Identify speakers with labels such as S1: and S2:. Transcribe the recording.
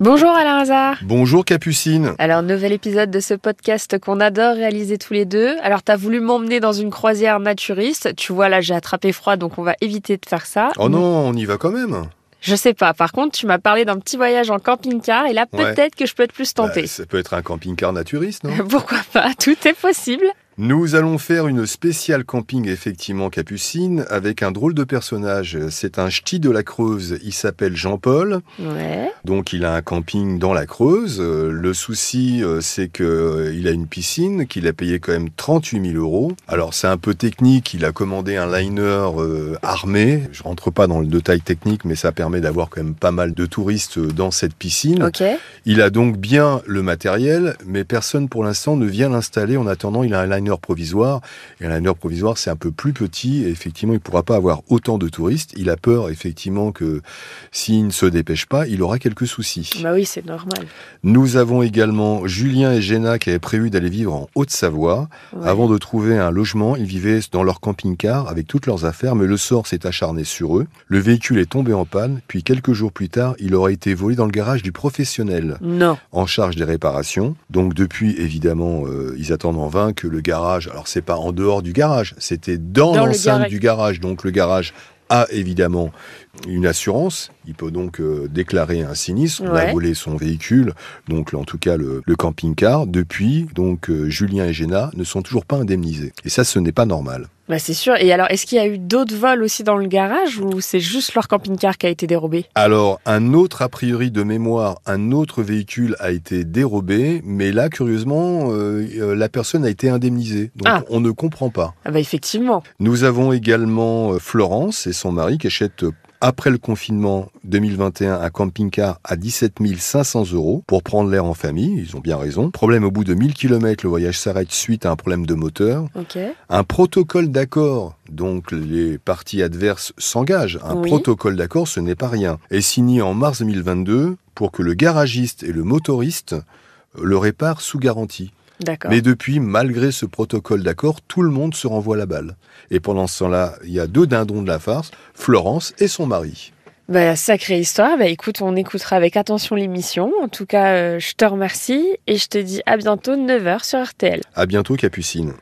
S1: Bonjour Alain Hazard.
S2: Bonjour Capucine.
S1: Alors, nouvel épisode de ce podcast qu'on adore réaliser tous les deux. Alors, t'as voulu m'emmener dans une croisière naturiste. Tu vois, là, j'ai attrapé froid, donc on va éviter de faire ça.
S2: Oh non, on y va quand même.
S1: Je sais pas. Par contre, tu m'as parlé d'un petit voyage en camping-car et là,
S2: Ouais.
S1: peut-être que je peux être plus tentée.
S2: Bah, ça peut être un camping-car naturiste, non
S1: Pourquoi pas Tout est possible.
S2: Nous allons faire une spéciale camping, effectivement, Capucine, avec un drôle de personnage. C'est un ch'ti de la Creuse. Il s'appelle Jean-Paul.
S1: Ouais.
S2: Donc, il a un camping dans la Creuse. Euh, Le souci, euh, c'est que euh, il a une piscine qu'il a payé quand même 38 000 euros. Alors, c'est un peu technique. Il a commandé un liner euh, armé. Je rentre pas dans le détail technique, mais ça permet d'avoir quand même pas mal de touristes euh, dans cette piscine.
S1: Ok.
S2: Il a donc bien le matériel, mais personne pour l'instant ne vient l'installer. En attendant, il a un liner provisoire. Et un liner provisoire, c'est un peu plus petit. Et effectivement, il ne pourra pas avoir autant de touristes. Il a peur, effectivement, que s'il ne se dépêche pas, il aura quelques soucis.
S1: Bah oui, c'est normal.
S2: Nous avons également Julien et Géna qui avaient prévu d'aller vivre en Haute-Savoie.
S1: Ouais.
S2: Avant de trouver un logement, ils vivaient dans leur camping-car avec toutes leurs affaires, mais le sort s'est acharné sur eux. Le véhicule est tombé en panne, puis quelques jours plus tard, il aurait été volé dans le garage du professionnel
S1: Non.
S2: en charge des réparations. Donc depuis, évidemment, euh, ils attendent en vain que le garage, alors c'est pas en dehors du garage, c'était dans,
S1: Dans le
S2: l'enceinte
S1: garage.
S2: du garage. Donc le garage a évidemment une assurance. Il peut donc euh, déclarer un sinistre. On a
S1: Ouais.
S2: volé son véhicule, donc en tout cas le, le camping-car. Depuis, donc euh, Julien et Géna ne sont toujours pas indemnisés. Et ça, ce n'est pas normal.
S1: Bah c'est sûr. Et alors, est-ce qu'il y a eu d'autres vols aussi dans le garage ou c'est juste leur camping-car qui a été dérobé
S2: Alors, un autre, a priori de mémoire, un autre véhicule a été dérobé, mais là, curieusement, euh, euh, la personne a été indemnisée. Donc,
S1: Ah.
S2: on ne comprend pas.
S1: Ah bah effectivement.
S2: Nous avons également euh, Florence et son mari qui achètent, euh, après le confinement 2021, un camping-car à 17 500 euros pour prendre l'air en famille. Ils ont bien raison. Problème au bout de 1000 km, le voyage s'arrête suite à un problème de moteur.
S1: Ok.
S2: Un protocole d'accord, donc les parties adverses s'engagent. Un
S1: Oui.
S2: protocole d'accord, ce n'est pas rien. Est signé en mars 2022 pour que le garagiste et le motoriste euh, le réparent sous garantie.
S1: D'accord.
S2: Mais depuis, malgré ce protocole d'accord, tout le monde se renvoie la balle. Et pendant ce temps-là, il y a deux dindons de la farce, Florence et son mari.
S1: Bah, sacrée histoire. Bah, écoute, on écoutera avec attention l'émission. En tout cas, euh, je te remercie et je te dis à bientôt 9h sur RTL.
S2: À bientôt, Capucine.